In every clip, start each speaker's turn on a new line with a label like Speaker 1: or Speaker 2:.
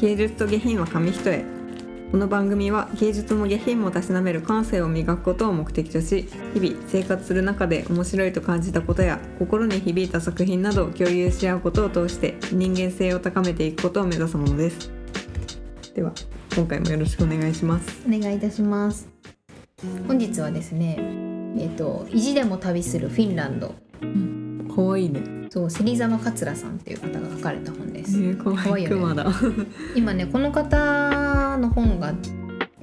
Speaker 1: 芸術と下品は紙一重この番組は芸術も下品もたしなめる感性を磨くことを目的とし日々生活する中で面白いと感じたことや心に響いた作品などを共有し合うことを通して人間性を高めていくことを目指すものですでは今回もよろしくお願いします
Speaker 2: お願いいたします本日はですねえっ、と意地でも旅するフィンランド
Speaker 1: かわいいね
Speaker 2: そう芹沢桂さんっていう方が書かれた本で
Speaker 1: え
Speaker 2: す
Speaker 1: ー、か
Speaker 2: か
Speaker 1: わ
Speaker 2: わ
Speaker 1: い
Speaker 2: い
Speaker 1: い
Speaker 2: い
Speaker 1: ク
Speaker 2: よ
Speaker 1: マ
Speaker 2: ね
Speaker 1: だ
Speaker 2: 今ねこの方の本が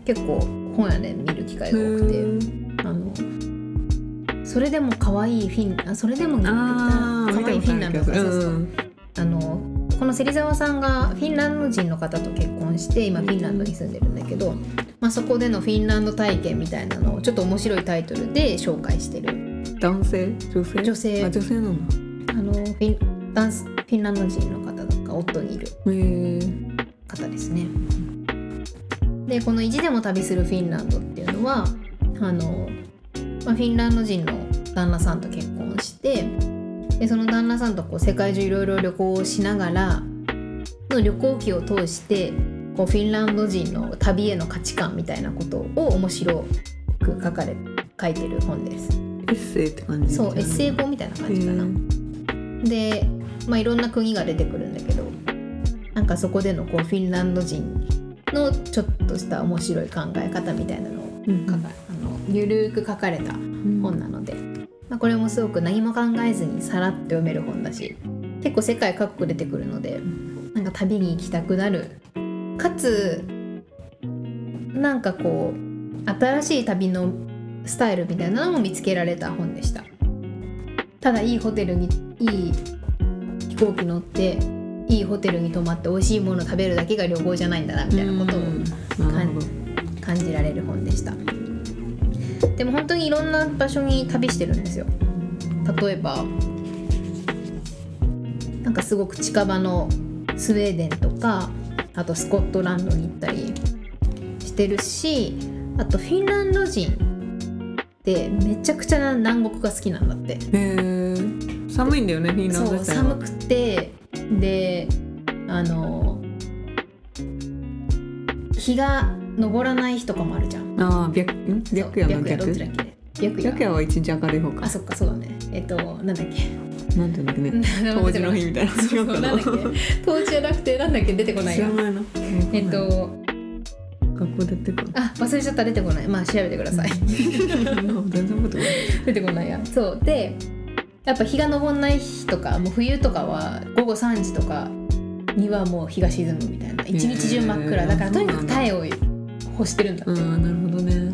Speaker 2: 結構本屋で見る機会が多くてあのそれでも可愛いフィンあそれでも
Speaker 1: あー
Speaker 2: 可愛いフィンランド
Speaker 1: 見た
Speaker 2: が
Speaker 1: ことあ
Speaker 2: そ
Speaker 1: る
Speaker 2: うそう
Speaker 1: 気がする
Speaker 2: そううんあのこの芹沢さんがフィンランド人の方と結婚して今フィンランドに住んでるんだけど、まあ、そこでのフィンランド体験みたいなのをちょっと面白いタイトルで紹介してる
Speaker 1: 男性女性
Speaker 2: 女性
Speaker 1: あ女性なんだ
Speaker 2: あのフィンダンスフィンランド人の方とか夫にいる
Speaker 1: えー、
Speaker 2: 方ですね。でこの「意地でも旅するフィンランド」っていうのはあの、まあ、フィンランド人の旦那さんと結婚してでその旦那さんとこう世界中いろいろ旅行をしながらの旅行記を通してこうフィンランド人の旅への価値観みたいなことを面白く書かれ書いてる本です。
Speaker 1: エッセイって感じ
Speaker 2: そう
Speaker 1: みた
Speaker 2: エッ
Speaker 1: いな
Speaker 2: セイ本みたいな感じかな。で、まあ、いろんな国が出てくるんだけどなんかそこでのこうフィンランド人のちょっとした面白い考え方みたいなのを
Speaker 1: えーうん
Speaker 2: 書かあのゆるーく書かれた
Speaker 1: うん
Speaker 2: 本なので、まあ、これもすごく何も考えずにさらっと読める本だし結構世界各国出てくるのでなんか旅に行きたくなるかつなんかこう新しい旅のスタイルみたいなのも見つけられた本でしたただいいホテルにいい飛行機乗っていいホテルに泊まって美味しいもの食べるだけが旅行じゃないんだなみたいなことを
Speaker 1: をなるほど
Speaker 2: 感じられる本でしたでも本当にいろんな場所に旅してるんですよ例えばなんかすごく近場のスウェーデンとかあとスコットランドに行ったりしてるしあとフィンランド人ってめちゃくちゃ南国が好きなんだって
Speaker 1: えー、寒いんだよねフィンランド
Speaker 2: そ
Speaker 1: 自
Speaker 2: う
Speaker 1: 体
Speaker 2: 寒くてであの日が昇らない日とかもあるじゃん
Speaker 1: ああ白ん白夜の
Speaker 2: ど
Speaker 1: 逆
Speaker 2: っちだっけ白夜
Speaker 1: 白夜は一日明るい方か
Speaker 2: あそっかそうだねえっとなんだっけ
Speaker 1: なんていうんだっけね
Speaker 2: 当
Speaker 1: 当時の日みたいな
Speaker 2: そう そうなんだっけ当時じゃなくてなんだっけ出てこない
Speaker 1: 知
Speaker 2: よ
Speaker 1: らないな
Speaker 2: えっと
Speaker 1: 学校でやってるか
Speaker 2: あ忘れちゃった出てこないまあ調べてください
Speaker 1: な全然覚えてこない
Speaker 2: 出てこないやそうでやっぱ日が昇んない日とかもう冬とかは午後3時とかにはもう日が沈むみたいな一日中真っ
Speaker 1: へ
Speaker 2: 暗
Speaker 1: ー
Speaker 2: だからとにか
Speaker 1: そ
Speaker 2: く
Speaker 1: うなんだ
Speaker 2: 太陽を欲してるんだって、
Speaker 1: うんなるほどね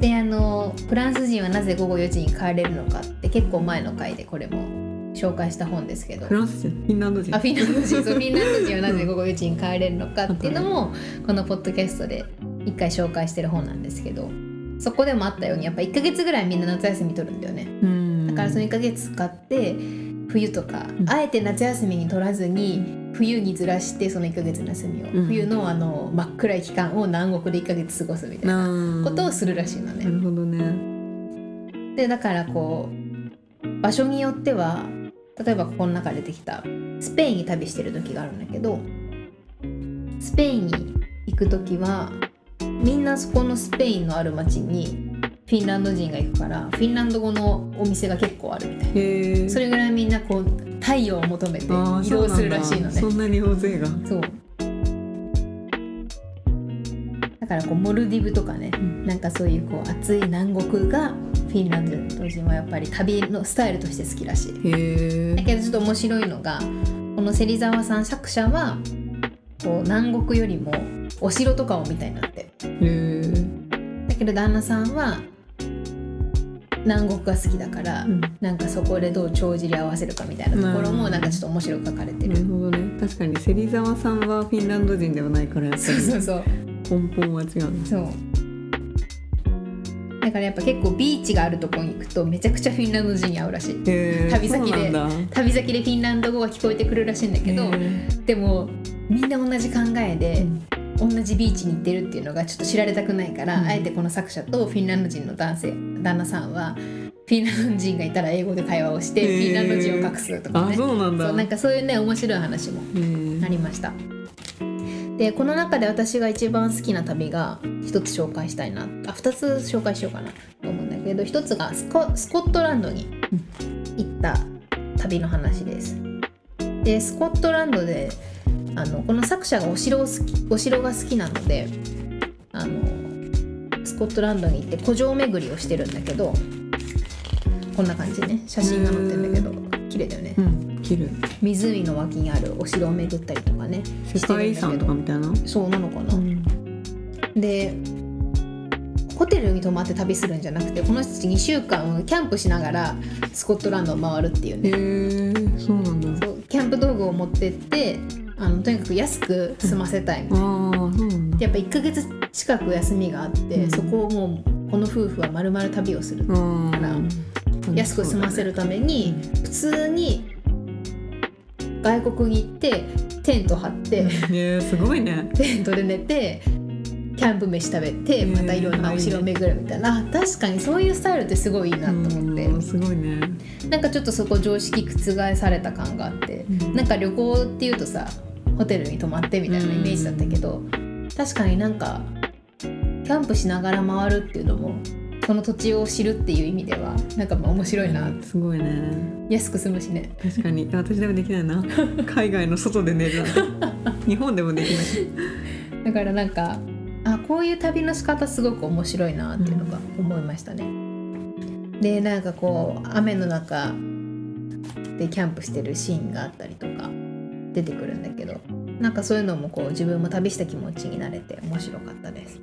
Speaker 2: であのフランス人はなぜ午後4時に帰れるのかって結構前の回でこれも紹介した本ですけど
Speaker 1: フランス人フィンランド人
Speaker 2: あフィンランド人そうフィンランド人はなぜ午後4時に帰れるのかっていうのもこのポッドキャストで一回紹介してる本なんですけどそこでもあったようにやっぱ1ヶ月ぐらいみんな夏休み取るんだよね
Speaker 1: うん
Speaker 2: だからその1ヶ月使って冬とかあえて夏休みに取らずに冬にずらしてその1ヶ月の休みを
Speaker 1: うん
Speaker 2: 冬のあの真っ暗い期間を南国で1ヶ月過ごすみたいな
Speaker 1: な
Speaker 2: ことをするらしいのね
Speaker 1: な。るほどね
Speaker 2: でだからこう場所によっては例えばここの中で出てきたスペインに旅してる時があるんだけどスペインに行く時はみんなそこのスペインのある町にフィンランド人が行くからフィンランド語のお店が結構あるみたい
Speaker 1: へ
Speaker 2: な
Speaker 1: え
Speaker 2: それぐらいみんなこう太陽を求めて移
Speaker 1: あーそうなん
Speaker 2: 動
Speaker 1: だ
Speaker 2: するらしいのね
Speaker 1: そんなに大勢が
Speaker 2: そうだからこうモルディブとかね、
Speaker 1: ん
Speaker 2: なんかそういうこう暑い南国がフィンランド人はやっぱり旅のスタイルとして好きらしい
Speaker 1: へ
Speaker 2: だ
Speaker 1: え
Speaker 2: けどちょっと面白いのがこの芹沢さん作者はこう南国よりもお城とかを見たいなって
Speaker 1: へえ
Speaker 2: だけど旦那さんは南国が好きだから、
Speaker 1: うん
Speaker 2: なんかそこでどう帳尻合わせるかみたいなところもなんかちょっと面白く書かれて
Speaker 1: な
Speaker 2: る、
Speaker 1: るほどね確かに芹沢さんはフィンランド人ではないからやっぱ
Speaker 2: そう
Speaker 1: り
Speaker 2: そうそう
Speaker 1: 根本は違うんです
Speaker 2: そうだからやっぱ結構ビーチがあるとこに行くとめちゃくちゃフィンランド人に会うらしい
Speaker 1: へー
Speaker 2: 旅先
Speaker 1: そ
Speaker 2: で
Speaker 1: うなんだ
Speaker 2: 旅先でフィンランド語が聞こえてくるらしいんだけど、
Speaker 1: へ
Speaker 2: でもみんな同じ考えで、
Speaker 1: うん
Speaker 2: 同じビーチに行ってるっていうのがちょっと知られたくないから、
Speaker 1: うん
Speaker 2: あえてこの作者とフィンランド人の男性旦那さんはフィンランド人がいたら英語で会話をして、
Speaker 1: へー
Speaker 2: フィンランド人を隠すと
Speaker 1: あ
Speaker 2: かね
Speaker 1: そうなんだ
Speaker 2: そうなんかそういうね面白い話も
Speaker 1: へー
Speaker 2: ありました。でこの中で私が一番好きな旅が一つ紹介したいなあ2つ紹介しようかなと思うんだけど一つがスコスコットランドに行った旅の話です。でスコットランドであのこの作者がお城を好きお城が好きなのであのスコットランドに行って古城巡りをしてるんだけどこんな感じね写真が載ってるんだけど綺麗だよね
Speaker 1: うん切る
Speaker 2: 湖の脇にあるお城を巡ったりとかね
Speaker 1: 世界遺産とかみたいな
Speaker 2: そうなのかな、
Speaker 1: ん
Speaker 2: でホテルに泊まって旅するんじゃなくてこの人たち2週間キャンプしながらスコットランドを回るっていう
Speaker 1: へ
Speaker 2: ね、
Speaker 1: えそうなんだ
Speaker 2: そうキャンプ道具を持ってってあのとにかく安く済ませたいみたいな
Speaker 1: ああそうなんだ
Speaker 2: やっぱ1ヶ月近く休みがあって、
Speaker 1: うん
Speaker 2: そこをもうこの夫婦はまるまる旅をする、
Speaker 1: あ
Speaker 2: から
Speaker 1: あ
Speaker 2: 安く済ませるために普通に外国に行ってテント張って、
Speaker 1: えー、すごいね
Speaker 2: テントで寝てキャンプ飯食べて
Speaker 1: うん
Speaker 2: またいろんなお城を巡るみたいな、あ確かにそういうスタイルってすごいいいなと思って、
Speaker 1: うんすごいね
Speaker 2: なんかちょっとそこ常識覆された感があって、
Speaker 1: うん
Speaker 2: なんか旅行っていうとさホテルに泊まってみたいなイメージだったけど、確かになんかキャンプしながら回るっていうのもその土地を知るっていう意味ではなんかまあ面白いな、
Speaker 1: すごいね
Speaker 2: 安く済むしね
Speaker 1: 確 かに私でもできないな海外の外で寝るなんて日本でもできない
Speaker 2: だからなんかあこういう旅の仕方すごく面白いなっていうのが思いましたね。でなんかこう雨の中でキャンプしてるシーンがあったりとか出てくるんだけどなんかそういうのもこう自分も旅した気持ちになれて面白かったです。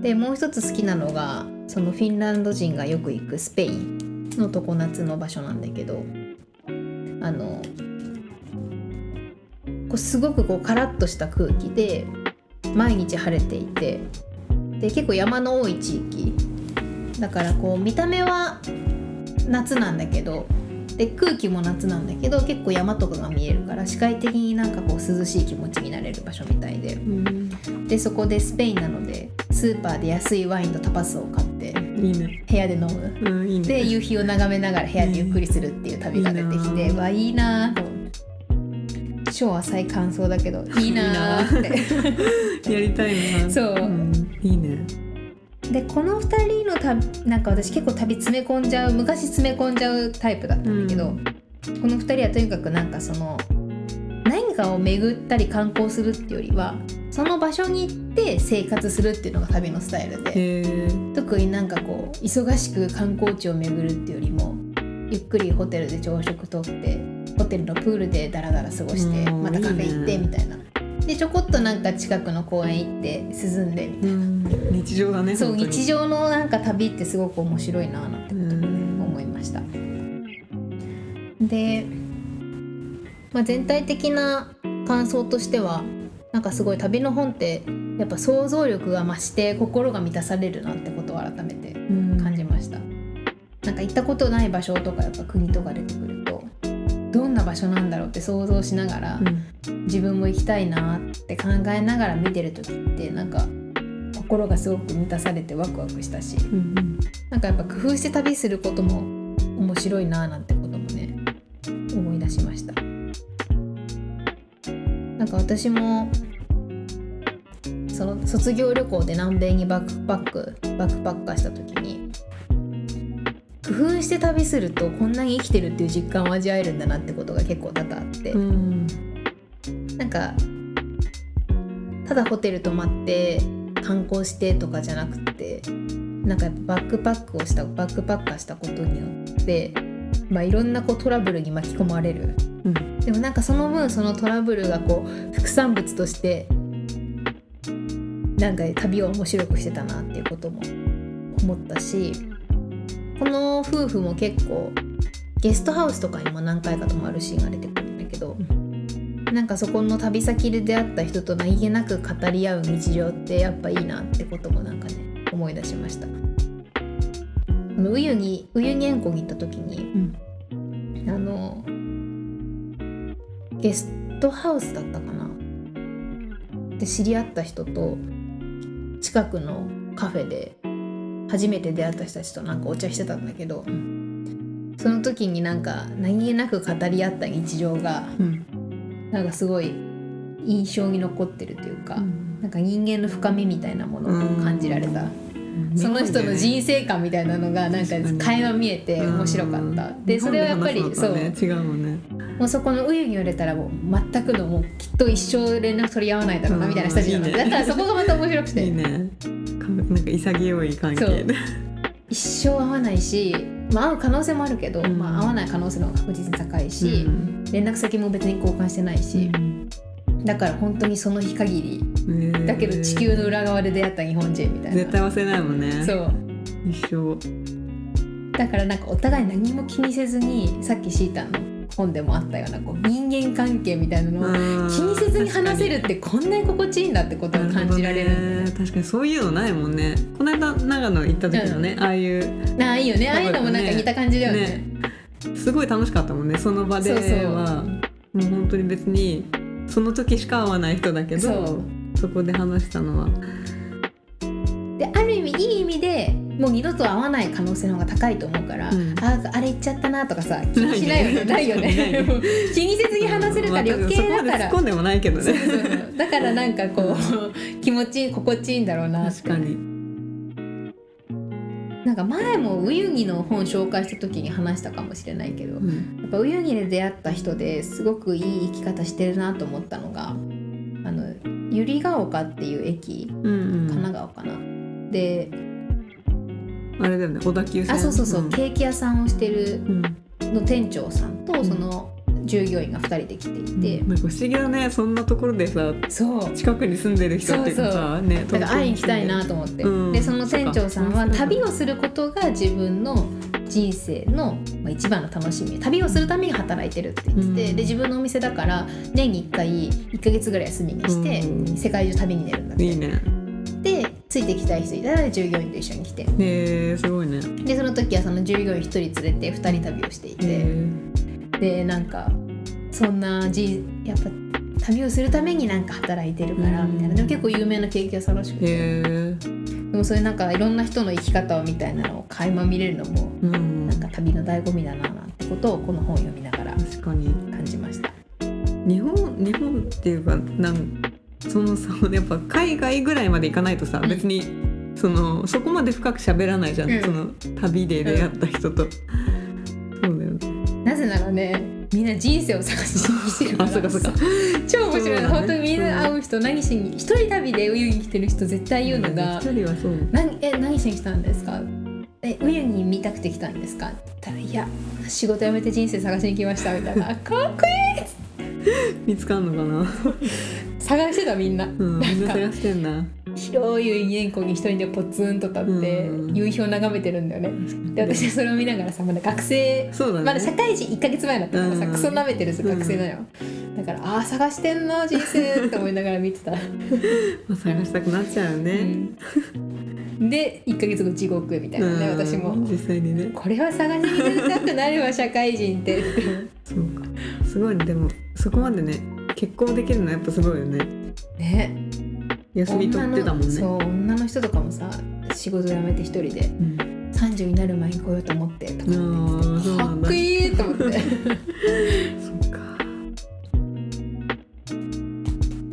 Speaker 2: でもう一つ好きなのがそのフィンランド人がよく行くスペインの常夏の場所なんだけどあのこうすごくこうカラッとした空気で毎日晴れていてで結構山の多い地域だからこう見た目は夏なんだけどで空気も夏なんだけど結構山とかが見えるから視界的になんかこう涼しい気持ちになれる場所みたいででそこでスペインなのでスーパーで安いワインとタパスを買って
Speaker 1: いいね
Speaker 2: 部屋で飲む
Speaker 1: うんいいね
Speaker 2: で夕日を眺めながら部屋でゆっくりするっていう旅が出てき
Speaker 1: いい
Speaker 2: て
Speaker 1: な
Speaker 2: わいいなぁと思って超浅い感想だけどいいなぁって。
Speaker 1: やりたいな
Speaker 2: そうん
Speaker 1: いいね
Speaker 2: でこの2人のたなんか私結構旅詰め込んじゃう昔詰め込んじゃうタイプだったんだけど、
Speaker 1: う
Speaker 2: この2人はとにかくなんかその何かを巡ったり観光するってよりはその場所に行って生活するっていうのが旅のスタイルで
Speaker 1: へえ
Speaker 2: 特になんかこう忙しく観光地を巡るっていうよりもゆっくりホテルで朝食とってホテルのプールでダラダラ過ごして
Speaker 1: うん
Speaker 2: またカフェ行っ
Speaker 1: い
Speaker 2: て
Speaker 1: いね
Speaker 2: みたいな。でちょこっとなんか近くの公園行って涼んでみたいな。
Speaker 1: うん日常だね
Speaker 2: そう
Speaker 1: 本当に
Speaker 2: 日常のなんか旅ってすごく面白いななんて
Speaker 1: うん
Speaker 2: 思いました。で、まあ、全体的な感想としてはなんかすごい旅の本ってやっぱ想像力が増して心が満たされるなってことを改めて
Speaker 1: うん
Speaker 2: 感じました。なんか行ったことない場所とかやっぱ国とか出てくるとどんな場所なんだろうって想像しながら、
Speaker 1: うん
Speaker 2: 自分も行きたいなって考えながら見てる時ってなんか心がすごく満たされてワクワクしたし
Speaker 1: うん
Speaker 2: なんかやっぱ工夫して旅することも面白いななんてこともね思い出しましたなんか私もその卒業旅行で南米にバックパックバックパッカーした時に工夫して旅するとこんなに生きてるっていう実感を味わえるんだなってことが結構多々あって、
Speaker 1: うん
Speaker 2: なんかただホテル泊まって観光してとかじゃなくてなんかやっぱバックパックをしたバックパッカーしたことによって、まあ、いろんなこうトラブルに巻き込まれる
Speaker 1: うん
Speaker 2: でもなんかその分そのトラブルがこう副産物としてなんか旅を面白くしてたなっていうことも思ったしこの夫婦も結構ゲストハウスとかにも何回か泊まるシーンが出てくるんだけど、なんかそこの旅先で出会った人と何気なく語り合う日常ってやっぱいいなってこともなんかね思い出しました。あのウユニウユニ塩湖に行った時に
Speaker 1: うん
Speaker 2: あのゲストハウスだったかなで知り合った人と近くのカフェで初めて出会った人たちとなんかお茶してたんだけど、その時になんか何気なく語り合った日常が
Speaker 1: うん
Speaker 2: なんかすごい印象に残ってるというか、
Speaker 1: うん
Speaker 2: なんか人間の深みみたいなものを感じられた、その人の人生観みたいなのがなんか
Speaker 1: 確かに
Speaker 2: 会話見えて面白かった、
Speaker 1: うん
Speaker 2: でそれはやっぱり
Speaker 1: 日本で
Speaker 2: そ
Speaker 1: 話
Speaker 2: う
Speaker 1: すのとね違うもんね
Speaker 2: もうそこのウユに寄れたらもう全くのもうきっと一生連絡取り合わないだろうなみたいな人たちなの
Speaker 1: うん
Speaker 2: だったらそこがまた面白くて
Speaker 1: いいねかなんか潔い関係
Speaker 2: そう
Speaker 1: で
Speaker 2: 一生会わないし、まあ、会う可能性もあるけど、
Speaker 1: うん
Speaker 2: まあ、会わない可能性の方が確実に高いし、
Speaker 1: うん
Speaker 2: 連絡先も別に交換してないし、だから本当にその日限り
Speaker 1: ねえ
Speaker 2: だけど地球の裏側で出会った日本人みたいな
Speaker 1: 絶対忘れないもんね
Speaker 2: そう
Speaker 1: 一生
Speaker 2: だからなんかお互い何も気にせずにさっきシータの本でもあったようなこう人間関係みたいなのを気にせずに話せるってこんなに心地いいんだってことを感じられる
Speaker 1: なほどね確かにそういうのないもんねこの間長野行った時のね、ああいう
Speaker 2: なあいいよねああいうのもなんか似た感じだよね
Speaker 1: ねすごい楽しかったもんねその場で
Speaker 2: そうそう
Speaker 1: はもう本当に別にその時しか会わない人だけど
Speaker 2: そ
Speaker 1: そこで話したのは
Speaker 2: である意味いい意味でもう二度と会わない可能性の方が高いと思うから、
Speaker 1: うん
Speaker 2: ああれ言っちゃったなとかさ気にしないよねないよ
Speaker 1: ないね
Speaker 2: ね 気にせずに話せるから余計だ
Speaker 1: そこま
Speaker 2: から
Speaker 1: で突っ込んでもないけど
Speaker 2: そう
Speaker 1: ね
Speaker 2: そうそうだからなんかこう気持ちいい心地いいんだろうなっ
Speaker 1: 確
Speaker 2: て
Speaker 1: かに
Speaker 2: なんか前もウユニの本紹介した時に話したかもしれないけど
Speaker 1: うん
Speaker 2: やっぱウユニで出会った人ですごくいい生き方してるなと思ったのがあの百合ヶ丘っていう駅
Speaker 1: うん
Speaker 2: 神
Speaker 1: うん
Speaker 2: 奈川かな、で
Speaker 1: あれだよね小田急線
Speaker 2: あそうそうそう、
Speaker 1: ん
Speaker 2: ケーキ屋さんをしてる
Speaker 1: うん
Speaker 2: の店長さんと
Speaker 1: ん
Speaker 2: その従業員が2人で来ていて、
Speaker 1: なんか不思議だねそんなところでさ
Speaker 2: そう
Speaker 1: 近くに住んでる人っていうか
Speaker 2: そう
Speaker 1: さね
Speaker 2: だから会いに行きたいなと思って、
Speaker 1: うん
Speaker 2: でその店長さん
Speaker 1: そっ
Speaker 2: は
Speaker 1: か
Speaker 2: 旅をすることが自分の人生のまあ一番の楽しみ旅をするために働いてるって言ってて、
Speaker 1: うん
Speaker 2: で自分のお店だから年に1回1ヶ月ぐらい休みにして、
Speaker 1: うん
Speaker 2: 世界中旅に出るんだって
Speaker 1: いいね
Speaker 2: でついてきたい人いたら従業員と一緒に来て
Speaker 1: へえすごいね
Speaker 2: でその時はその従業員1人連れて2人旅をしていて。
Speaker 1: へ
Speaker 2: でなんかそんなじやっぱ旅をするためになんか働いてるから
Speaker 1: うん
Speaker 2: みたいなでも結構有名なケーキ屋さんらしくて
Speaker 1: え
Speaker 2: でもそういうなんかいろんな人の生き方をみたいなのを垣間見れるのも
Speaker 1: うん
Speaker 2: なんか旅の醍醐味だななんてことをこの本を読みながら
Speaker 1: 確かに
Speaker 2: 感じました。
Speaker 1: 日本日本っていうかなんそのさやっぱ海外ぐらいまで行かないとさ、
Speaker 2: うん
Speaker 1: 別にそのそこまで深く喋らないじゃん、
Speaker 2: うん
Speaker 1: その旅で出会った人と。そうだよね
Speaker 2: なぜならねみんな人生を探しに来てるか
Speaker 1: あ
Speaker 2: ら
Speaker 1: そうかそうか
Speaker 2: 超面白い、
Speaker 1: そうだね
Speaker 2: 本当にみんな会う人何しに一人旅でウユニ来てる人絶対言うのが
Speaker 1: 一人はそう
Speaker 2: 何え何しに来たんですかえウユニ見たくて来たんですかって言ったらいや仕事辞めて人生探しに来ましたみたいなかっこい
Speaker 1: 見つかんのか
Speaker 2: い探してたみんな、
Speaker 1: な、うん、みんな
Speaker 2: なん
Speaker 1: 探
Speaker 2: か
Speaker 1: してんな
Speaker 2: 広いウユニ塩湖に一人でポツンと立って
Speaker 1: うん
Speaker 2: 夕日を眺めてるんだよねで私はそれを見ながらさまだ学生
Speaker 1: そうだね
Speaker 2: まだ社会人1か月前だったからさ、
Speaker 1: うん
Speaker 2: クソ舐めてるさ学生だよ、だからああー探してんな人生って思いながら見て た、
Speaker 1: まあ探したくなっちゃう
Speaker 2: う
Speaker 1: ね、
Speaker 2: んで1か月後地獄みたいなね
Speaker 1: うん
Speaker 2: 私も
Speaker 1: 実際にね
Speaker 2: これは探しに出たく なるわ社会人って
Speaker 1: そうかすごいねでもそこまでね結婚できるのはやっぱすごいよね
Speaker 2: ね
Speaker 1: 休み取ってたもんね
Speaker 2: 女のそう女の人とかもさ仕事辞めて一人で
Speaker 1: うん
Speaker 2: 30になる前に来ようと思ってとか
Speaker 1: あ
Speaker 2: って
Speaker 1: あそう
Speaker 2: か
Speaker 1: なん
Speaker 2: っ
Speaker 1: だ
Speaker 2: こいいと思って
Speaker 1: そうか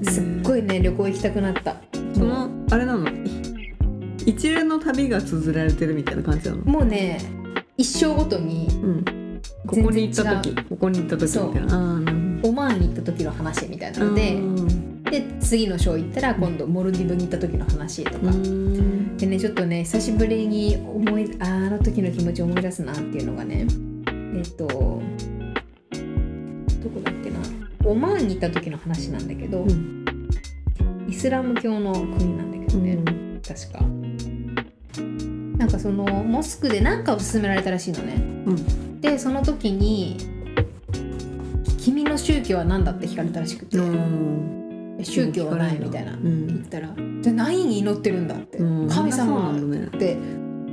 Speaker 2: すっごいね旅行行きたくなった
Speaker 1: そのあれなの一連の旅が綴られてるみたいな感じなの
Speaker 2: もうね一生ごとに
Speaker 1: うんここに行った時ここに行った時みたいなああなる
Speaker 2: オマーンに行った時の話みたいな
Speaker 1: ほど
Speaker 2: ので
Speaker 1: うん
Speaker 2: で次の章行ったら今度モルディブに行った時の話と
Speaker 1: う
Speaker 2: か。
Speaker 1: ん
Speaker 2: でねちょっとね久しぶりに思いあーあの時の気持ちを思い出すなっていうのがねえっとどこだっけなオマーンに行った時の話なんだけど、
Speaker 1: うん
Speaker 2: イスラム教の国なんだけどね、確かなんかそのモスクで何かを勧められたらしいのね、
Speaker 1: う
Speaker 2: でその時に「君の宗教は何だ?」って聞かれたらしくて
Speaker 1: うん
Speaker 2: 「宗教はない」みたいな、
Speaker 1: う
Speaker 2: 言っ
Speaker 1: ん
Speaker 2: たら「じゃあ何に祈ってるんだ」って「
Speaker 1: うん
Speaker 2: 神様は
Speaker 1: みんなそうなんだね
Speaker 2: って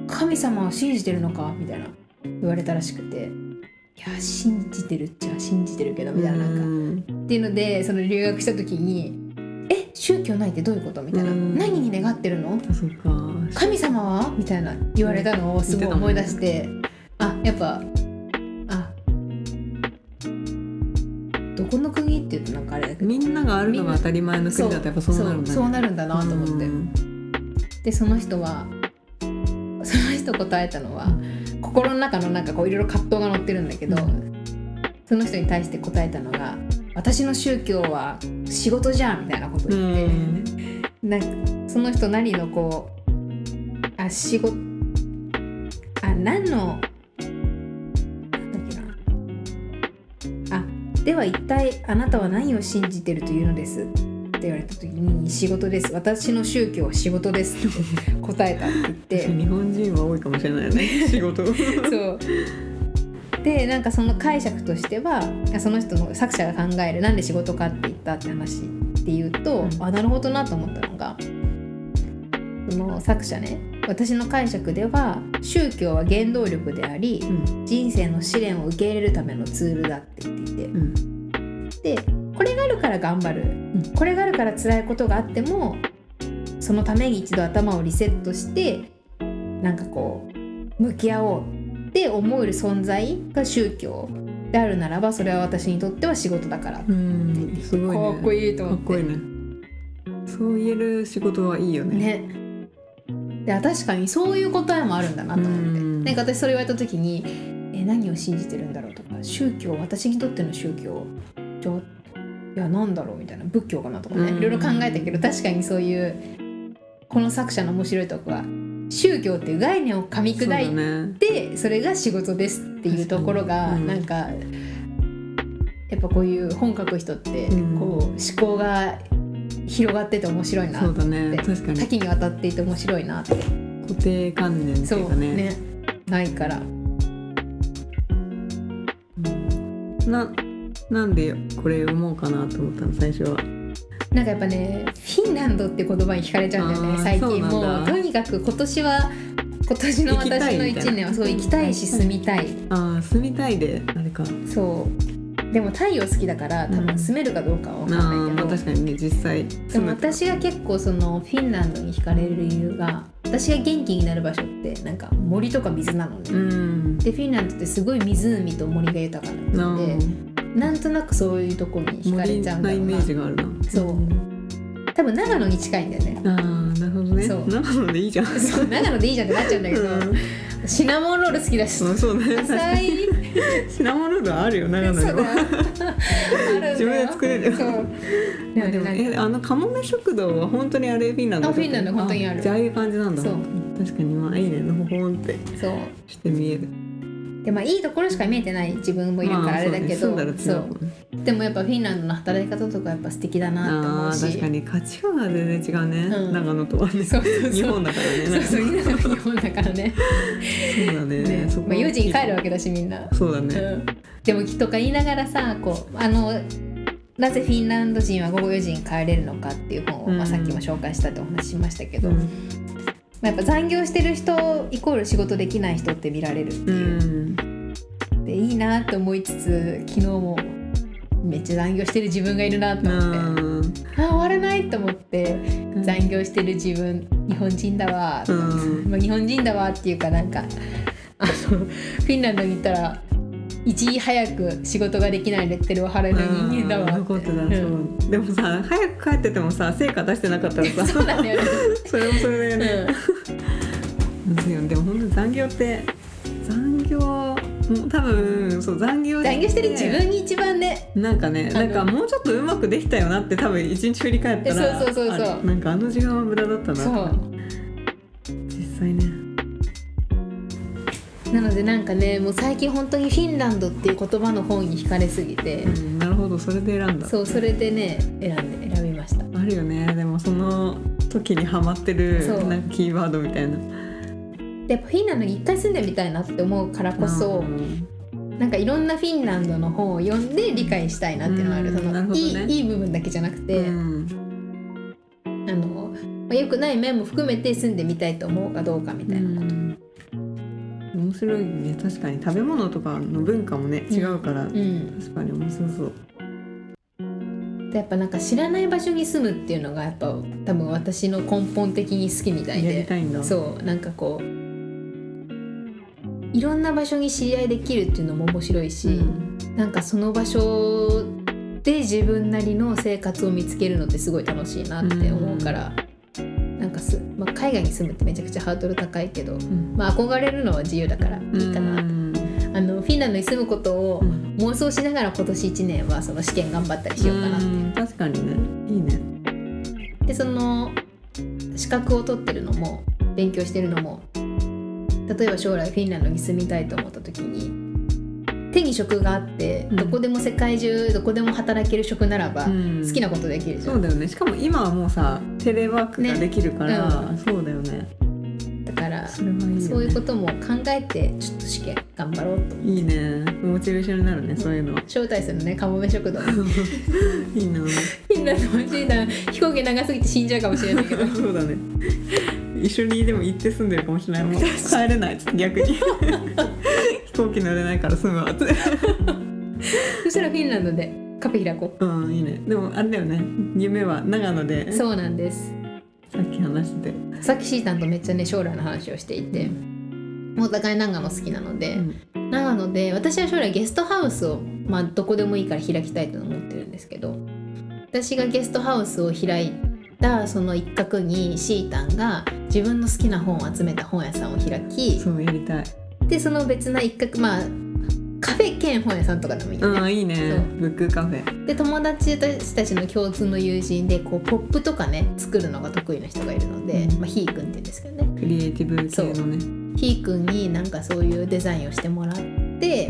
Speaker 2: 神様を信じてるのかみたいな言われたらしくていや信じてるっちゃ信じてるけどみたいななんか、
Speaker 1: うん
Speaker 2: っていうのでその留学した時に「え宗教ないってどういうこと?」みたいな「
Speaker 1: うん
Speaker 2: 何に願ってるの
Speaker 1: あそうか
Speaker 2: 神様は?」みたいな言われたのをすごい思い出してあやっぱあどどこの国って言うとなんかあれだけど
Speaker 1: みんながあるのが当たり前の国だとやっぱそうなるんだね
Speaker 2: そうそうなるんだなと思って、
Speaker 1: うん
Speaker 2: でその人はその人答えたのは心の中のなんかこういろいろ葛藤が載ってるんだけど、
Speaker 1: う
Speaker 2: その人に対して答えたのが「私の宗教は仕事じゃん」みたいなこと
Speaker 1: う
Speaker 2: 言って、
Speaker 1: ん
Speaker 2: なんかその人なりのこうあ仕事あ何のなんだっけなあでは一体あなたは何を信じてるというのですって言われた時に仕事です私の宗教は仕事ですって答えたって言っ
Speaker 1: 日本人は多いかもしれないよ ね仕事
Speaker 2: てそうでなんかその解釈としてはあその人の作者が考えるなんで仕事かって言ったって話っていうと、
Speaker 1: うん
Speaker 2: あなるほどなと思ったのがその作者ね私の解釈では宗教は原動力であり
Speaker 1: うん
Speaker 2: 人生の試練を受け入れるためのツールだって言っていて
Speaker 1: うん
Speaker 2: でこれがあるから頑張る、
Speaker 1: うん
Speaker 2: これがあるから辛いことがあってもそのために一度頭をリセットしてなんかこう向き合おうって思える存在が宗教であるならばそれは私にとっては仕事だから、
Speaker 1: うんすごいね
Speaker 2: かっこ
Speaker 1: いい
Speaker 2: いいと
Speaker 1: か
Speaker 2: 思
Speaker 1: っ
Speaker 2: って
Speaker 1: こいいねそう言える仕事はいいよね
Speaker 2: ねで確かにそういう答えもあるんだなと思って
Speaker 1: うん
Speaker 2: なんか私それ言われた時にえ何を信じてるんだろうとか宗教私にとっての宗教じゃいや何だろうみたいな仏教かなとかね
Speaker 1: うん
Speaker 2: いろいろ考えたけど確かにそういうこの作者の面白いとこは宗教っていう概念を噛み
Speaker 1: そうだ
Speaker 2: 砕い
Speaker 1: ね
Speaker 2: てそれが仕事ですっていうところ
Speaker 1: 確
Speaker 2: が
Speaker 1: かに
Speaker 2: な
Speaker 1: うん
Speaker 2: んかやっぱこういう本書く人ってこ
Speaker 1: う
Speaker 2: う
Speaker 1: ん
Speaker 2: 思考が広がってて面白いな
Speaker 1: そうだね
Speaker 2: って
Speaker 1: 確か
Speaker 2: 多
Speaker 1: に
Speaker 2: 岐にわたっていて面白いなって
Speaker 1: 固定観念って
Speaker 2: そ
Speaker 1: いう
Speaker 2: う
Speaker 1: かね
Speaker 2: ねないから
Speaker 1: うんななんでこれ読もうかなと思ったの最初は
Speaker 2: なんかやっぱねフィンランドって言葉に惹かれちゃうんだよ
Speaker 1: あ
Speaker 2: ね
Speaker 1: ー
Speaker 2: 最
Speaker 1: そう
Speaker 2: 近
Speaker 1: なんだ
Speaker 2: もうとにかく今年は今年の
Speaker 1: 行きた
Speaker 2: 私
Speaker 1: い
Speaker 2: の
Speaker 1: みたいな
Speaker 2: 1年はそう行きたいし
Speaker 1: はい
Speaker 2: 住みたい
Speaker 1: ああ住みたいであれか
Speaker 2: そうでも太陽好きだから多
Speaker 1: う
Speaker 2: 分
Speaker 1: ん
Speaker 2: 住めるかどうかは分
Speaker 1: あ
Speaker 2: かん
Speaker 1: ーま
Speaker 2: な
Speaker 1: あ
Speaker 2: いけど
Speaker 1: 確かにね実際住む
Speaker 2: でも私が結構そのフィンランドに惹かれる理由が私が元気になる場所ってなんか森とか水なのね、
Speaker 1: うん
Speaker 2: でフィンランドってすごい湖と森が豊か
Speaker 1: な
Speaker 2: な
Speaker 1: あ
Speaker 2: のでなんとなくそういうとこに惹かれ
Speaker 1: 森
Speaker 2: ちゃうん
Speaker 1: な
Speaker 2: だろ
Speaker 1: イ
Speaker 2: う
Speaker 1: メ
Speaker 2: な
Speaker 1: ージがあるな
Speaker 2: そう多分長野に近いんだよね
Speaker 1: ああなるほどね
Speaker 2: そう
Speaker 1: なのでいいじゃん
Speaker 2: そう長野でいいじゃんってなっちゃうんだけど、
Speaker 1: う
Speaker 2: シナモンロール好きだし
Speaker 1: ん、あそうね
Speaker 2: 浅い
Speaker 1: シナモンロールあるよ長野
Speaker 2: そ
Speaker 1: に
Speaker 2: う
Speaker 1: も
Speaker 2: だあるんだよ
Speaker 1: 自分で作れる
Speaker 2: そう
Speaker 1: まあでもえあのカモメ食堂は本当にあれフィンランドだった
Speaker 2: あフィンランド本当にある
Speaker 1: じゃあああいう感じなんだ
Speaker 2: そう
Speaker 1: 確かにまあいいねのほほんって
Speaker 2: そう
Speaker 1: して見える
Speaker 2: でまあいいところしか見えてない自分もいるからあれだけど、
Speaker 1: まあそうね、
Speaker 2: そ
Speaker 1: 住んだら違う
Speaker 2: う
Speaker 1: もんね
Speaker 2: でもやっぱフィンランドの働き方とかやっぱ素敵だなって思
Speaker 1: あ
Speaker 2: う
Speaker 1: ー
Speaker 2: し
Speaker 1: 確かに価値観が全然違うね、
Speaker 2: うん
Speaker 1: 長野とはね
Speaker 2: そうそうそう
Speaker 1: 日本だからね
Speaker 2: そ
Speaker 1: なん
Speaker 2: う
Speaker 1: か
Speaker 2: そうみんなの日本だからね
Speaker 1: そうだね
Speaker 2: ね
Speaker 1: そこ
Speaker 2: まあ、4時に帰るわけだしみんな、
Speaker 1: そうだね、
Speaker 2: うん、でもきっとか言いながらさこうあのなぜフィンランド人は午後4時に帰れるのかっていう本を、まあ、さっきも紹介したってお話ししましたけど、
Speaker 1: うん
Speaker 2: まあ、やっぱ残業してる人イコール仕事できない人って見られるって
Speaker 1: う、
Speaker 2: いうんでいいなって思いつつ昨日もめっちゃ残業してる自分がいるなと思って
Speaker 1: う
Speaker 2: あ終わらないと思って
Speaker 1: ん
Speaker 2: 残業してる自分日本人だわとか、
Speaker 1: うん
Speaker 2: まあ、日本人だわっていうかなんかあのフィンランドに行ったらいち早く仕事ができないレッテルを貼られる人間だわ
Speaker 1: うん
Speaker 2: って
Speaker 1: そういうことだそう
Speaker 2: うん
Speaker 1: でもさ早く帰っててもさ成果出してなかったらさ
Speaker 2: そうなんだよね、
Speaker 1: それもそれだよね、ですよねでも本当に残業って残業もう多分そう残業
Speaker 2: うん
Speaker 1: で
Speaker 2: 残業してる自分に一番ね
Speaker 1: なんかね
Speaker 2: あ
Speaker 1: な
Speaker 2: の
Speaker 1: んかもうちょっとうまくできたよなって多分一日振り返ったら
Speaker 2: えそうそうそうそう
Speaker 1: あなんかあの時間は無駄だったなと
Speaker 2: そ
Speaker 1: か
Speaker 2: う。
Speaker 1: 実際ね
Speaker 2: なのでなんかねもう最近本当にフィンランドっていう言葉の本に惹かれすぎて、
Speaker 1: うんなるほどそれで選んだ
Speaker 2: そうそれでね選んで選びました
Speaker 1: あるよねでもその時にハマってる
Speaker 2: そう
Speaker 1: なんかキーワードみたいな
Speaker 2: でやっぱフィンランドに一回住んでみたいなって思うからこそ、
Speaker 1: うん
Speaker 2: なんかいろんなフィンランドの本を読んで理解したいなっていうのがある、
Speaker 1: うん
Speaker 2: その
Speaker 1: なるほどね
Speaker 2: いいいい部分だけじゃなくて、
Speaker 1: うん
Speaker 2: あのまあ良くない面も含めて住んでみたいと思うかどうかみたいな、
Speaker 1: うん面白いね確かに食べ物とかの文化もね違うから、
Speaker 2: うん
Speaker 1: 確かに面白そう
Speaker 2: でやっぱなんか知らない場所に住むっていうのがやっぱ多分私の根本的に好きみたい
Speaker 1: やり
Speaker 2: で
Speaker 1: たいんだ
Speaker 2: そうなんかこういろんな場所に知り合いできるっていうのも面白いし、
Speaker 1: うん
Speaker 2: なんかその場所って自分なりの生活を見つけるのってすごい楽しいなって思うから、なんかす、まあ、海外に住むってめちゃくちゃハードル高いけど、
Speaker 1: うん
Speaker 2: まあ、憧れるのは自由だからいいかな、
Speaker 1: うん
Speaker 2: あのフィンランドに住むことを
Speaker 1: うん
Speaker 2: 妄想しながら今年1年はその試験頑張ったりしようかなっていう
Speaker 1: うん確かにねいいね
Speaker 2: でその資格を取ってるのも勉強してるのも例えば将来フィンランドに住みたいと思った時に手に職があって、
Speaker 1: うん
Speaker 2: どこでも世界中どこでも働ける職ならば、
Speaker 1: うん
Speaker 2: 好きなことできるじゃ
Speaker 1: そうんだよねしかも今はもうさテレワークができるから、そうだよね
Speaker 2: だから
Speaker 1: それはいいよね
Speaker 2: そういうことも考えてちょっと試験頑張ろうと
Speaker 1: いいねモチベーションになるねそういうのは
Speaker 2: 招待するねかもめ食堂にフ
Speaker 1: いいな
Speaker 2: ィンランド欲しいな飛行機長すぎて死んじゃうかもしれないけ ど
Speaker 1: そうだね一緒にでも行って住んでるかもしれないもう 帰れない逆に 飛行機乗れないから住むわって
Speaker 2: そしたらフィンランドでカフェ開こ
Speaker 1: うんいいねでもあれだよね夢は長野で
Speaker 2: う
Speaker 1: さ
Speaker 2: そうなんです
Speaker 1: っき話してて、
Speaker 2: さっきシータンとめっちゃね将来の話をしていてもうお互い長野好きなので、
Speaker 1: うん
Speaker 2: 長野で私は将来ゲストハウスを、まあ、どこでもいいから開きたいと思ってるんですけど私がゲストハウスを開いたその一角にシータンが自分の好きな本を集めた本屋さんを開き
Speaker 1: そうやりたい
Speaker 2: でその別な一角まあカフェ兼本屋さんとかでもいいよね。
Speaker 1: うんいいね
Speaker 2: そう
Speaker 1: ブックカフェ
Speaker 2: で友達たちの共通の友人でこうポップとかね作るのが得意な人がいるので、まあ、ひーくんって言うんですけどね
Speaker 1: クリエイティブ系のね
Speaker 2: ひーくんになんかそういうデザインをしてもらって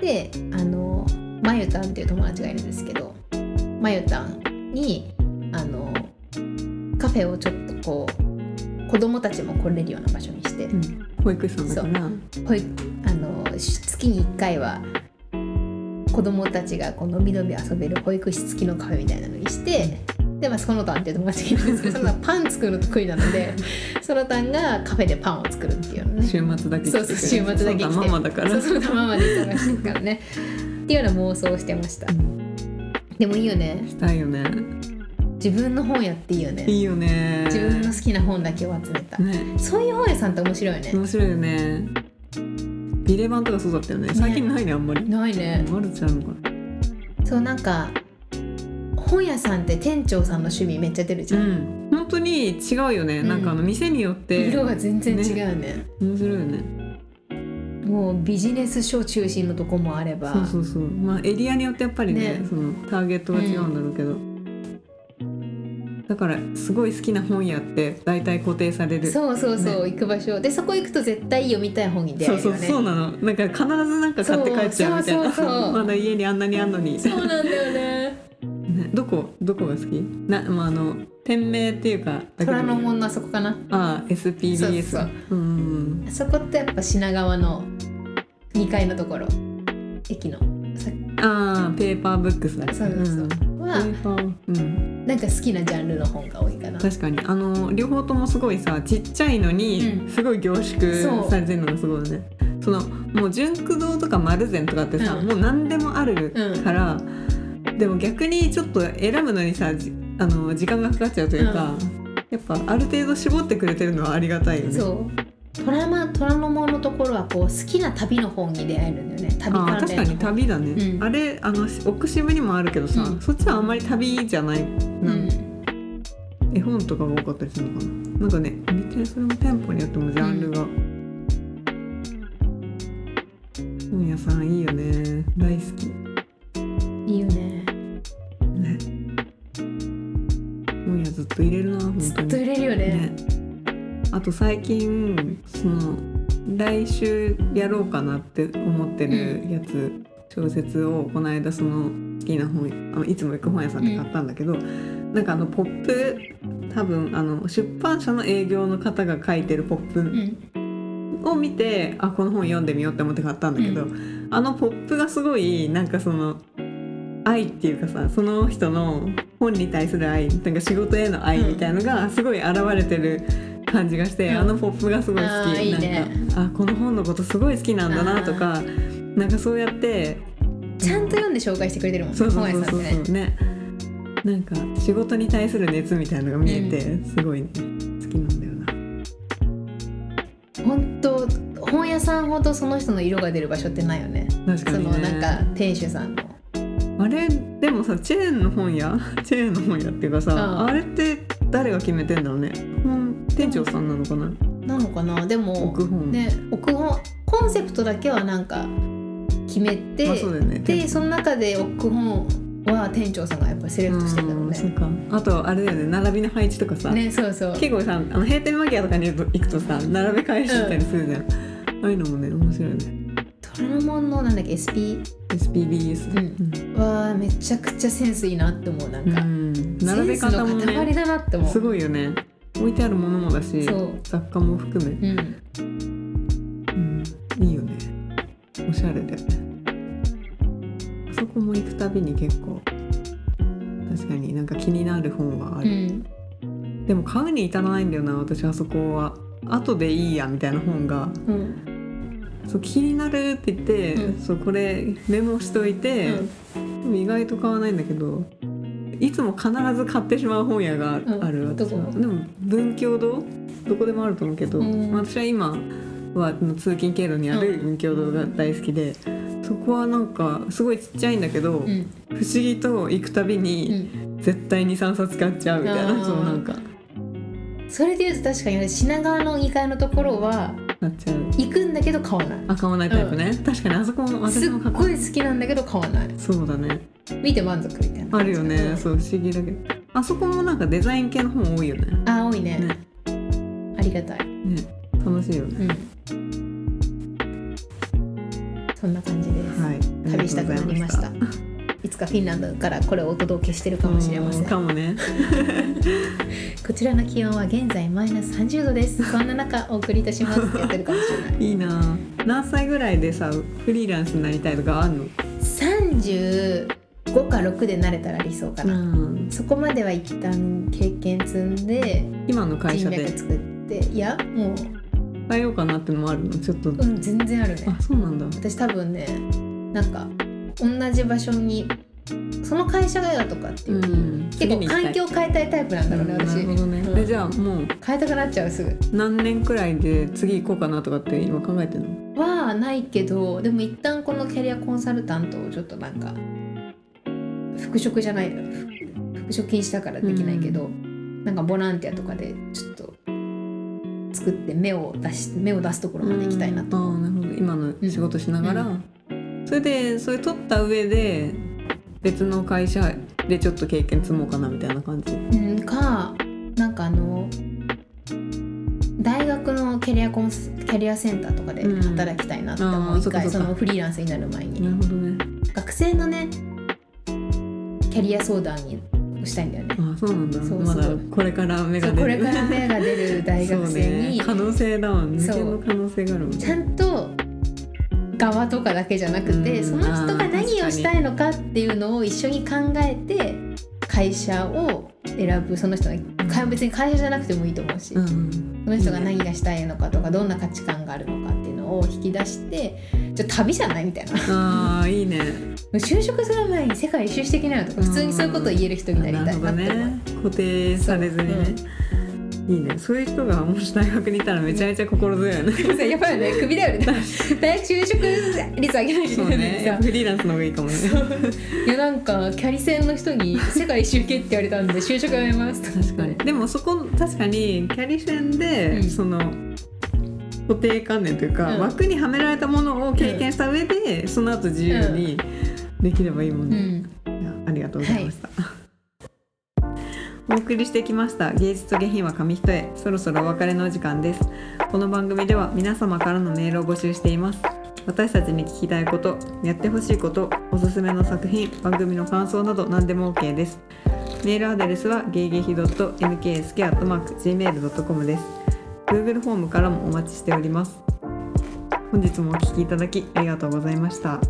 Speaker 2: であのまゆたんっていう友達がいるんですけどまゆたんにあのカフェをちょっとこう子供たちも来れるような場所にして
Speaker 1: うん保育士さんだから
Speaker 2: 保育あのし月に1回は子供たちがこうのびのび遊べる保育士付きのカフェみたいなのにしてでまあそのたんっていう友達がいるんですけどそのパン作るの得意なのでそのたんがカフェでパンを作るっていうのね
Speaker 1: 週末だけ来てくれる
Speaker 2: そうそう週末だけ来て
Speaker 1: そうママだから
Speaker 2: そうそのたんママで忙しいか らねっていうような妄想をしてました
Speaker 1: うん
Speaker 2: でもいいよね
Speaker 1: したいよね
Speaker 2: 自分の本やっていいよね
Speaker 1: いいよね
Speaker 2: 自分の好きな本だけを集めた
Speaker 1: ね
Speaker 2: そういう本屋さんって面白いね
Speaker 1: 面白いよねビレ版とかそうだったよね
Speaker 2: ね
Speaker 1: 最近ないねあんまり
Speaker 2: ないね
Speaker 1: マルちゃんのかな
Speaker 2: そうなんか本屋さんって店長さんの趣味めっちゃ出るじ
Speaker 1: う
Speaker 2: ゃん、
Speaker 1: ん本当に違うよね、
Speaker 2: うん
Speaker 1: なんかあの店によって
Speaker 2: 色が全然違うよね
Speaker 1: 面白いよね
Speaker 2: もうビジネス書中心のとこもあれば
Speaker 1: そうそうそうまあエリアによってやっぱりね
Speaker 2: ね
Speaker 1: そのターゲットが違うんだろうけど、だからすごい好きな本屋って大体固定される
Speaker 2: そうそうそう行く場所でそこ行くと絶対読みたい本に出
Speaker 1: そ
Speaker 2: 会
Speaker 1: う
Speaker 2: える
Speaker 1: そう
Speaker 2: よね
Speaker 1: そうなのなんか必ずなんか買って帰っちゃうみたいな
Speaker 2: そうそうそうそう
Speaker 1: まだ家にあんなにあんのに
Speaker 2: そうなんだよね
Speaker 1: ねどこどこが好きな、まあ、あの店名っていうかだけでも
Speaker 2: 虎ノ門のあそこかな
Speaker 1: ああ SPBS
Speaker 2: そう
Speaker 1: うん
Speaker 2: あそこってやっぱ品川の2階のところ駅のさ
Speaker 1: ああペーパーブックスだ
Speaker 2: そうそうそう、
Speaker 1: んペ
Speaker 2: は
Speaker 1: ーパーうん、
Speaker 2: なんか好きなジャンルの本が多いかな
Speaker 1: 確かにあの両方ともすごいさちっちゃいの
Speaker 2: う
Speaker 1: に
Speaker 2: ん
Speaker 1: すごい凝縮
Speaker 2: そう
Speaker 1: されてるのがすごいねそのもう純駆動とか丸善とかってさ、
Speaker 2: うん
Speaker 1: もう何でもあるから、でも逆にちょっと選ぶのにさじあの時間がかかっちゃうというか、やっぱある程度絞ってくれてるのはありがたいよね
Speaker 2: そう虎ま虎ノ門のところはこう好きな旅の本に出会えるんだよね旅
Speaker 1: あー
Speaker 2: 関
Speaker 1: 確
Speaker 2: 連
Speaker 1: か
Speaker 2: の
Speaker 1: に
Speaker 2: 本
Speaker 1: 旅だね、
Speaker 2: うん
Speaker 1: あれあの奥渋にもあるけどさ、
Speaker 2: うん
Speaker 1: そっちはあんまり旅じゃない、なん
Speaker 2: うん
Speaker 1: 絵本とかが多かったりするのかななんかねめっちゃそれも店舗によってもジャンルが、本屋さんいいよね大好き
Speaker 2: いいよね
Speaker 1: ね本屋ずっと入れるな本
Speaker 2: ずっ
Speaker 1: 当
Speaker 2: と
Speaker 1: に
Speaker 2: 入れるよね
Speaker 1: ねあと最近その来週やろうかなって思ってるやつ、小説をこの間その好きな本あのいつも行く本屋さんで買ったんだけど、なんかあのポップ多分あの出版社の営業の方が書いてるポッ
Speaker 2: う
Speaker 1: プ
Speaker 2: ん
Speaker 1: を見て、あこの本読んでみようって思って買ったんだけど、
Speaker 2: う
Speaker 1: あのポップがすごいなんかその愛っていうかさその人の本に対する愛なんか仕事への愛みたいのがすごい現れてる感じがして、
Speaker 2: うん
Speaker 1: あのポップがすごい好
Speaker 2: あー
Speaker 1: き
Speaker 2: いいね
Speaker 1: なんかあこの本のことすごい好きなんだなとかなんかそうやって
Speaker 2: ちゃんと読んで紹介してくれてるもん
Speaker 1: そうそう
Speaker 2: 本
Speaker 1: そう
Speaker 2: 屋さ
Speaker 1: そ
Speaker 2: ん
Speaker 1: う
Speaker 2: って
Speaker 1: ね
Speaker 2: ね
Speaker 1: なんか仕事に対する熱みたいのが見えて、すごい、ね、好きなんだよな。
Speaker 2: 本当本屋さんほどその人の色が出る場所ってないよね
Speaker 1: 確か
Speaker 2: そ
Speaker 1: に
Speaker 2: の
Speaker 1: ね
Speaker 2: なんか店主さんの
Speaker 1: あれでもさチェーンの本屋 チェーンの本屋っていうかさ
Speaker 2: あ
Speaker 1: あ
Speaker 2: あ
Speaker 1: れって誰が決めてんだろうね本店長さんなのかな
Speaker 2: なのかなでも
Speaker 1: 奥本、
Speaker 2: ね奥本コンセプトだけはなんか決めて、
Speaker 1: まあそうだよね
Speaker 2: でその中で奥本は店長さんがやっぱりセレクトしてたの
Speaker 1: うんそう
Speaker 2: ね。
Speaker 1: かあとあれだよね並びの配置とかさ、
Speaker 2: ねそうそう。
Speaker 1: 結構さあの閉店間際とかに行くとさ並べ返してたりするじゃん、ああいうのもね面白いよね
Speaker 2: トラモンのなんだっけ SP
Speaker 1: SPBS
Speaker 2: うんはめちゃくちゃセンスいいなって思うなん
Speaker 1: うん、
Speaker 2: か、
Speaker 1: 並べ方も
Speaker 2: センスの塊
Speaker 1: ね
Speaker 2: だなって思う。
Speaker 1: すごいよね置いてあるものもだし
Speaker 2: そう
Speaker 1: 雑貨も含め、
Speaker 2: うん、
Speaker 1: うん、いいよねおしゃれだよねあそこも行くたびに結構確かになんか気になる本はあ
Speaker 2: う
Speaker 1: る、
Speaker 2: ん、
Speaker 1: でも買うに至らないんだよな私あそこは後でいいやみたいな本が
Speaker 2: うん、
Speaker 1: そう気になるって言って、
Speaker 2: うん
Speaker 1: そうこれメモしといて、意外と買わないんだけどいつも必ず買ってしまう本屋が
Speaker 2: ん
Speaker 1: ある、私は
Speaker 2: どこ
Speaker 1: でも文教堂どこでもあると思うけど、
Speaker 2: うん
Speaker 1: 私は今はあの通勤経路にある
Speaker 2: うん
Speaker 1: 文教堂が大好きで、そこはなんかすごいちっちゃいんだけど、
Speaker 2: うん、うん、
Speaker 1: 不思議と行くたび
Speaker 2: う
Speaker 1: に
Speaker 2: ん。
Speaker 1: 絶対に3冊買っちゃうみたいな、
Speaker 2: あー
Speaker 1: そうなんか
Speaker 2: それで言うと確かに品川の2階のところは
Speaker 1: なっちゃう
Speaker 2: 行くんだけど買わない。
Speaker 1: あ買わないタイプね、確かにあそこも
Speaker 2: す
Speaker 1: 私
Speaker 2: っ
Speaker 1: も買っ
Speaker 2: ごい好きなんだけど買わない。
Speaker 1: そうだね
Speaker 2: 見て満足みたいな
Speaker 1: あ
Speaker 2: 感
Speaker 1: る
Speaker 2: じ
Speaker 1: よ
Speaker 2: かな。
Speaker 1: ね、そう不思議だけどあそこもなんかデザイン系の本多いよね
Speaker 2: あ多いね
Speaker 1: ね
Speaker 2: ありがたい。
Speaker 1: ね楽しいよね
Speaker 2: うん。そんな感じです。
Speaker 1: はい
Speaker 2: 旅したくなりました。
Speaker 1: あ
Speaker 2: いつかフィンランドからこれをお届けしてるか
Speaker 1: りがとうご
Speaker 2: も
Speaker 1: ざ
Speaker 2: し
Speaker 1: い
Speaker 2: れ
Speaker 1: ま
Speaker 2: ま
Speaker 1: し
Speaker 2: せ
Speaker 1: た
Speaker 2: ん。
Speaker 1: かもね
Speaker 2: こちらの気温は現在マイナス30度 です。そんな中お送りいたしますってやってるかもしれない。
Speaker 1: いいな何歳ぐらいでさフリーランスになりたいとかあんの
Speaker 2: 35か6で慣れたら理想かな。
Speaker 1: うん
Speaker 2: そこまでは一旦経験積んで
Speaker 1: 今の会社
Speaker 2: 人脈
Speaker 1: で
Speaker 2: 作っていやもう、
Speaker 1: 変えようかなってのもあるのちょっと
Speaker 2: うん、全然あるね
Speaker 1: あそうなんだ
Speaker 2: 私多分ねなんか同じ場所にその会社が嫌だとかっていうう、
Speaker 1: ん
Speaker 2: 結構環境変えたいタイプなんだろうね、私
Speaker 1: なるほどね
Speaker 2: うん
Speaker 1: えじゃあもう
Speaker 2: 変えたくなっちゃうすぐ
Speaker 1: 何年くらいで次行こうかなとかって今考えてるの
Speaker 2: はないけどでも一旦このキャリアコンサルタントをちょっとなんか復職じゃないふ復職禁止だからできないけど、なんかボランティアとかでちょっと作って目を出し目を出すところまで行きたいなと、
Speaker 1: うんあーなるほど今の仕事しながら、
Speaker 2: う
Speaker 1: それでそれ取った上で別の会社でちょっと経験積もうかなみたいな感じ
Speaker 2: うん、かなんかあの大学のキャリアコンスキャリアセンターとかで
Speaker 1: うん
Speaker 2: 働きたいなって思
Speaker 1: あ
Speaker 2: う
Speaker 1: ー
Speaker 2: 一、回
Speaker 1: そ
Speaker 2: そ
Speaker 1: っかそっか
Speaker 2: のフリーランスになる前に、
Speaker 1: なるほどね
Speaker 2: 学生のねキャリア相談にしたいんだよね。
Speaker 1: あそうなんだ
Speaker 2: そう
Speaker 1: まだ
Speaker 2: そう
Speaker 1: これから目
Speaker 2: そ
Speaker 1: が
Speaker 2: うこ
Speaker 1: 出
Speaker 2: れ
Speaker 1: る
Speaker 2: から芽が出る大学
Speaker 1: そう
Speaker 2: 生に、
Speaker 1: ね可能性だもん
Speaker 2: そ
Speaker 1: 抜
Speaker 2: う
Speaker 1: けの可能性があるもん
Speaker 2: ちゃ
Speaker 1: ね
Speaker 2: んと側とかだけじゃなくて、
Speaker 1: うん
Speaker 2: その人が
Speaker 1: あー
Speaker 2: 何をしたいのかっていうのを一緒に考えて会社を選ぶその人がか別に会社じゃなくてもいいと思うし、
Speaker 1: うんうん
Speaker 2: その人が何がしたいのかとかどんな価値観があるのかっていうのを引き出してじゃあ旅じゃないみたいな
Speaker 1: あーいいね
Speaker 2: 就職する前に世界一周してきなよとか
Speaker 1: うん
Speaker 2: 普通にそういうことを言える人になりた
Speaker 1: る
Speaker 2: い
Speaker 1: ほ
Speaker 2: な
Speaker 1: ど
Speaker 2: って思う。
Speaker 1: ね固定されずにねいいねそういう人がもし大学にいたらめちゃめちゃ心強いよね
Speaker 2: やばいよね、首だよね。大学就職率上げないといけ
Speaker 1: そう
Speaker 2: ないの
Speaker 1: ね
Speaker 2: に
Speaker 1: やっ
Speaker 2: さ
Speaker 1: ぱフリーランスの方がいいかもね
Speaker 2: いやなんかキャリセンの人に「世界一周系」って言われたんで就職やめますと
Speaker 1: 確かにでもそこ確かにキャリ戦で、
Speaker 2: うん
Speaker 1: その固定観念というか、
Speaker 2: うん
Speaker 1: 枠にはめられたものを経験した上で、その後自由にできればいいもん
Speaker 2: う
Speaker 1: ね、
Speaker 2: ん
Speaker 1: いやありがとうございました、お送りしてきました芸術と下品は紙一重そろそろお別れのお時間ですこの番組では皆様からのメールを募集しています私たちに聞きたいことやってほしいことおすすめの作品番組の感想など何でも OK ですメールアドレスはゲイゲヒ .nksk.gmail.com です Google フォームからもお待ちしております本日もお聞きいただきありがとうございました